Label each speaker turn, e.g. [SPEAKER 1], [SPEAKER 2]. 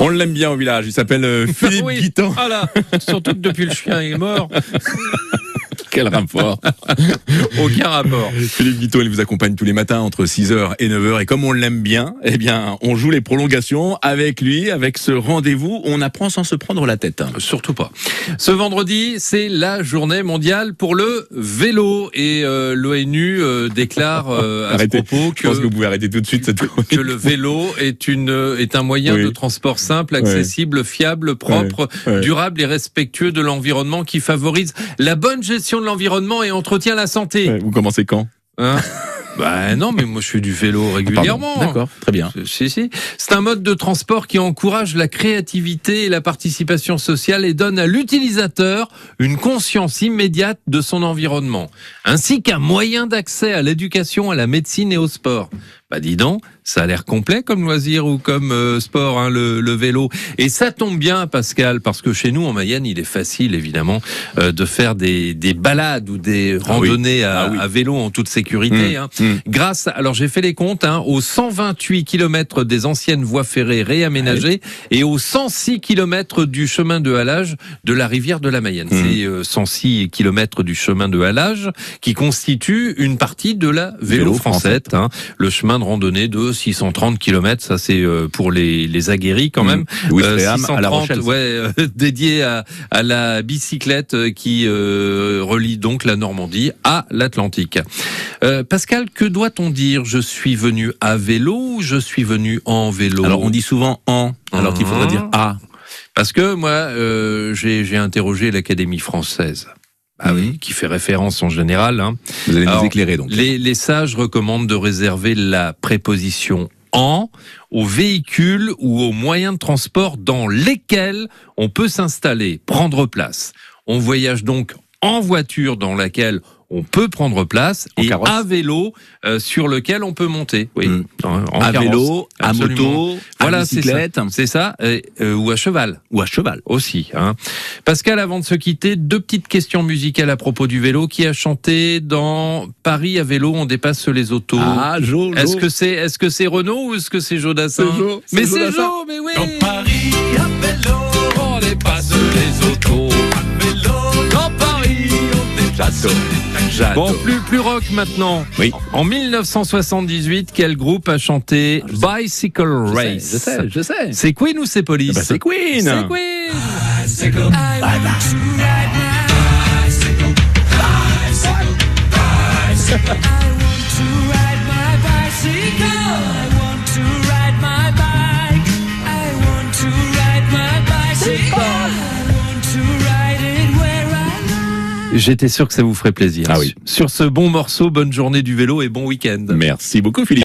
[SPEAKER 1] On l'aime bien au village. Il s'appelle euh, Philippe
[SPEAKER 2] Oui.
[SPEAKER 1] Guitan.
[SPEAKER 2] Ah là, surtout que depuis le chien est mort,
[SPEAKER 1] Quel rapport
[SPEAKER 2] aucun rapport.
[SPEAKER 1] Philippe Guiton, il vous accompagne tous les matins entre 6h et 9h. Et comme on l'aime bien, eh bien, on joue les prolongations avec lui, avec ce rendez-vous. On apprend sans se prendre la tête. hein.
[SPEAKER 2] Surtout pas. Ce vendredi, c'est la journée mondiale pour le vélo et euh, l'ONU euh, déclare euh, à
[SPEAKER 1] Arrêtez.
[SPEAKER 2] ce propos
[SPEAKER 1] Je pense que vous
[SPEAKER 2] que,
[SPEAKER 1] pouvez arrêter tout de suite cette
[SPEAKER 2] que le vélo est une euh, est un moyen
[SPEAKER 1] Oui.
[SPEAKER 2] de transport simple, accessible, fiable, propre,
[SPEAKER 1] ouais.
[SPEAKER 2] durable et respectueux de l'environnement qui favorise la bonne gestion de l'environnement et entretient la santé.
[SPEAKER 1] Ouais, Vous commencez quand
[SPEAKER 2] Hein bah non, mais moi je fais du vélo régulièrement.
[SPEAKER 1] Ah, Pardon. D'accord, très bien.
[SPEAKER 2] Si, si. C'est un mode de transport qui encourage la créativité et la participation sociale et donne à l'utilisateur une conscience immédiate de son environnement, ainsi qu'un moyen d'accès à l'éducation, à la médecine et au sport. Bah dis donc, ça a l'air complet comme loisir ou comme euh, sport, hein, le, le vélo. Et ça tombe bien, Pascal, parce que chez nous, en Mayenne, il est facile, évidemment, euh, de faire des, des balades ou des
[SPEAKER 1] Ah oui.
[SPEAKER 2] randonnées à,
[SPEAKER 1] Ah oui.
[SPEAKER 2] à vélo en toute sécurité. hein
[SPEAKER 1] Mmh.
[SPEAKER 2] grâce, alors j'ai fait les comptes, hein, aux 128 km des anciennes voies ferrées réaménagées et aux 106 km du chemin de halage de la rivière de la Mayenne.
[SPEAKER 1] Mhm.
[SPEAKER 2] C'est euh, 106 km du chemin de halage qui constitue une partie de la vélo
[SPEAKER 1] Vélo
[SPEAKER 2] française. hein. le chemin de randonnée de 630 km, ça c'est euh, pour les, les aguerris quand
[SPEAKER 1] Mhm.
[SPEAKER 2] même.
[SPEAKER 1] Louis
[SPEAKER 2] Euh,
[SPEAKER 1] Fréham à La
[SPEAKER 2] 630,
[SPEAKER 1] Rochelle.
[SPEAKER 2] ouais, euh, dédié à, à la bicyclette euh, qui euh, relie donc la Normandie à l'Atlantique. Euh, Pascal, que doit-on dire Je suis venu à vélo ou je suis venu en vélo
[SPEAKER 1] Alors on dit souvent en, alors qu'il faudrait dire à.
[SPEAKER 2] Parce que moi, euh, j'ai j'ai interrogé l'Académie française. Ah
[SPEAKER 1] Mmh.
[SPEAKER 2] oui, qui fait référence en général. hein.
[SPEAKER 1] Vous allez
[SPEAKER 2] Alors,
[SPEAKER 1] nous éclairer donc.
[SPEAKER 2] Les, les sages recommandent de réserver la préposition en aux véhicules ou aux moyens de transport dans lesquels on peut s'installer, prendre place. On voyage donc en voiture dans laquelle on peut prendre place
[SPEAKER 1] En
[SPEAKER 2] et
[SPEAKER 1] carrosse.
[SPEAKER 2] à vélo euh, sur lequel on peut monter. Oui,
[SPEAKER 1] Mm.
[SPEAKER 2] en, en
[SPEAKER 1] à
[SPEAKER 2] carrosse,
[SPEAKER 1] vélo, à
[SPEAKER 2] absolument.
[SPEAKER 1] moto, à
[SPEAKER 2] Voilà, c'est
[SPEAKER 1] bicyclette
[SPEAKER 2] C'est ça, euh, euh, ou à cheval
[SPEAKER 1] ou à cheval.
[SPEAKER 2] aussi. Hein. Pascal, avant de se quitter, deux petites questions musicales à propos du vélo. Qui a chanté dans Paris à vélo, on dépasse les autos
[SPEAKER 1] Ah, Jojo.
[SPEAKER 2] Est-ce que c'est est-ce que c'est Renault ou est-ce que c'est Jodassin
[SPEAKER 1] C'est Jo, c'est
[SPEAKER 2] Mais
[SPEAKER 1] Jo
[SPEAKER 2] c'est
[SPEAKER 1] Dassin.
[SPEAKER 2] Jo, mais oui.
[SPEAKER 3] Dans Paris à vélo,
[SPEAKER 2] on dépasse les autos.
[SPEAKER 3] vélo,
[SPEAKER 2] Dans Paris.
[SPEAKER 3] on déplace les
[SPEAKER 1] j'adore.
[SPEAKER 2] Bon, plus plus rock maintenant.
[SPEAKER 1] Oui.
[SPEAKER 2] En 1978, quel groupe a chanté Bicycle Race
[SPEAKER 1] Ah, Je sais, je sais.
[SPEAKER 2] C'est Queen ou c'est Police
[SPEAKER 1] Bah, c'est Queen.
[SPEAKER 2] C'est Queen. J'étais sûr que ça vous ferait plaisir.
[SPEAKER 1] Ah oui.
[SPEAKER 2] Sur ce bon morceau, bonne journée du vélo et bon week-end. Ah
[SPEAKER 1] Merci beaucoup Philippe.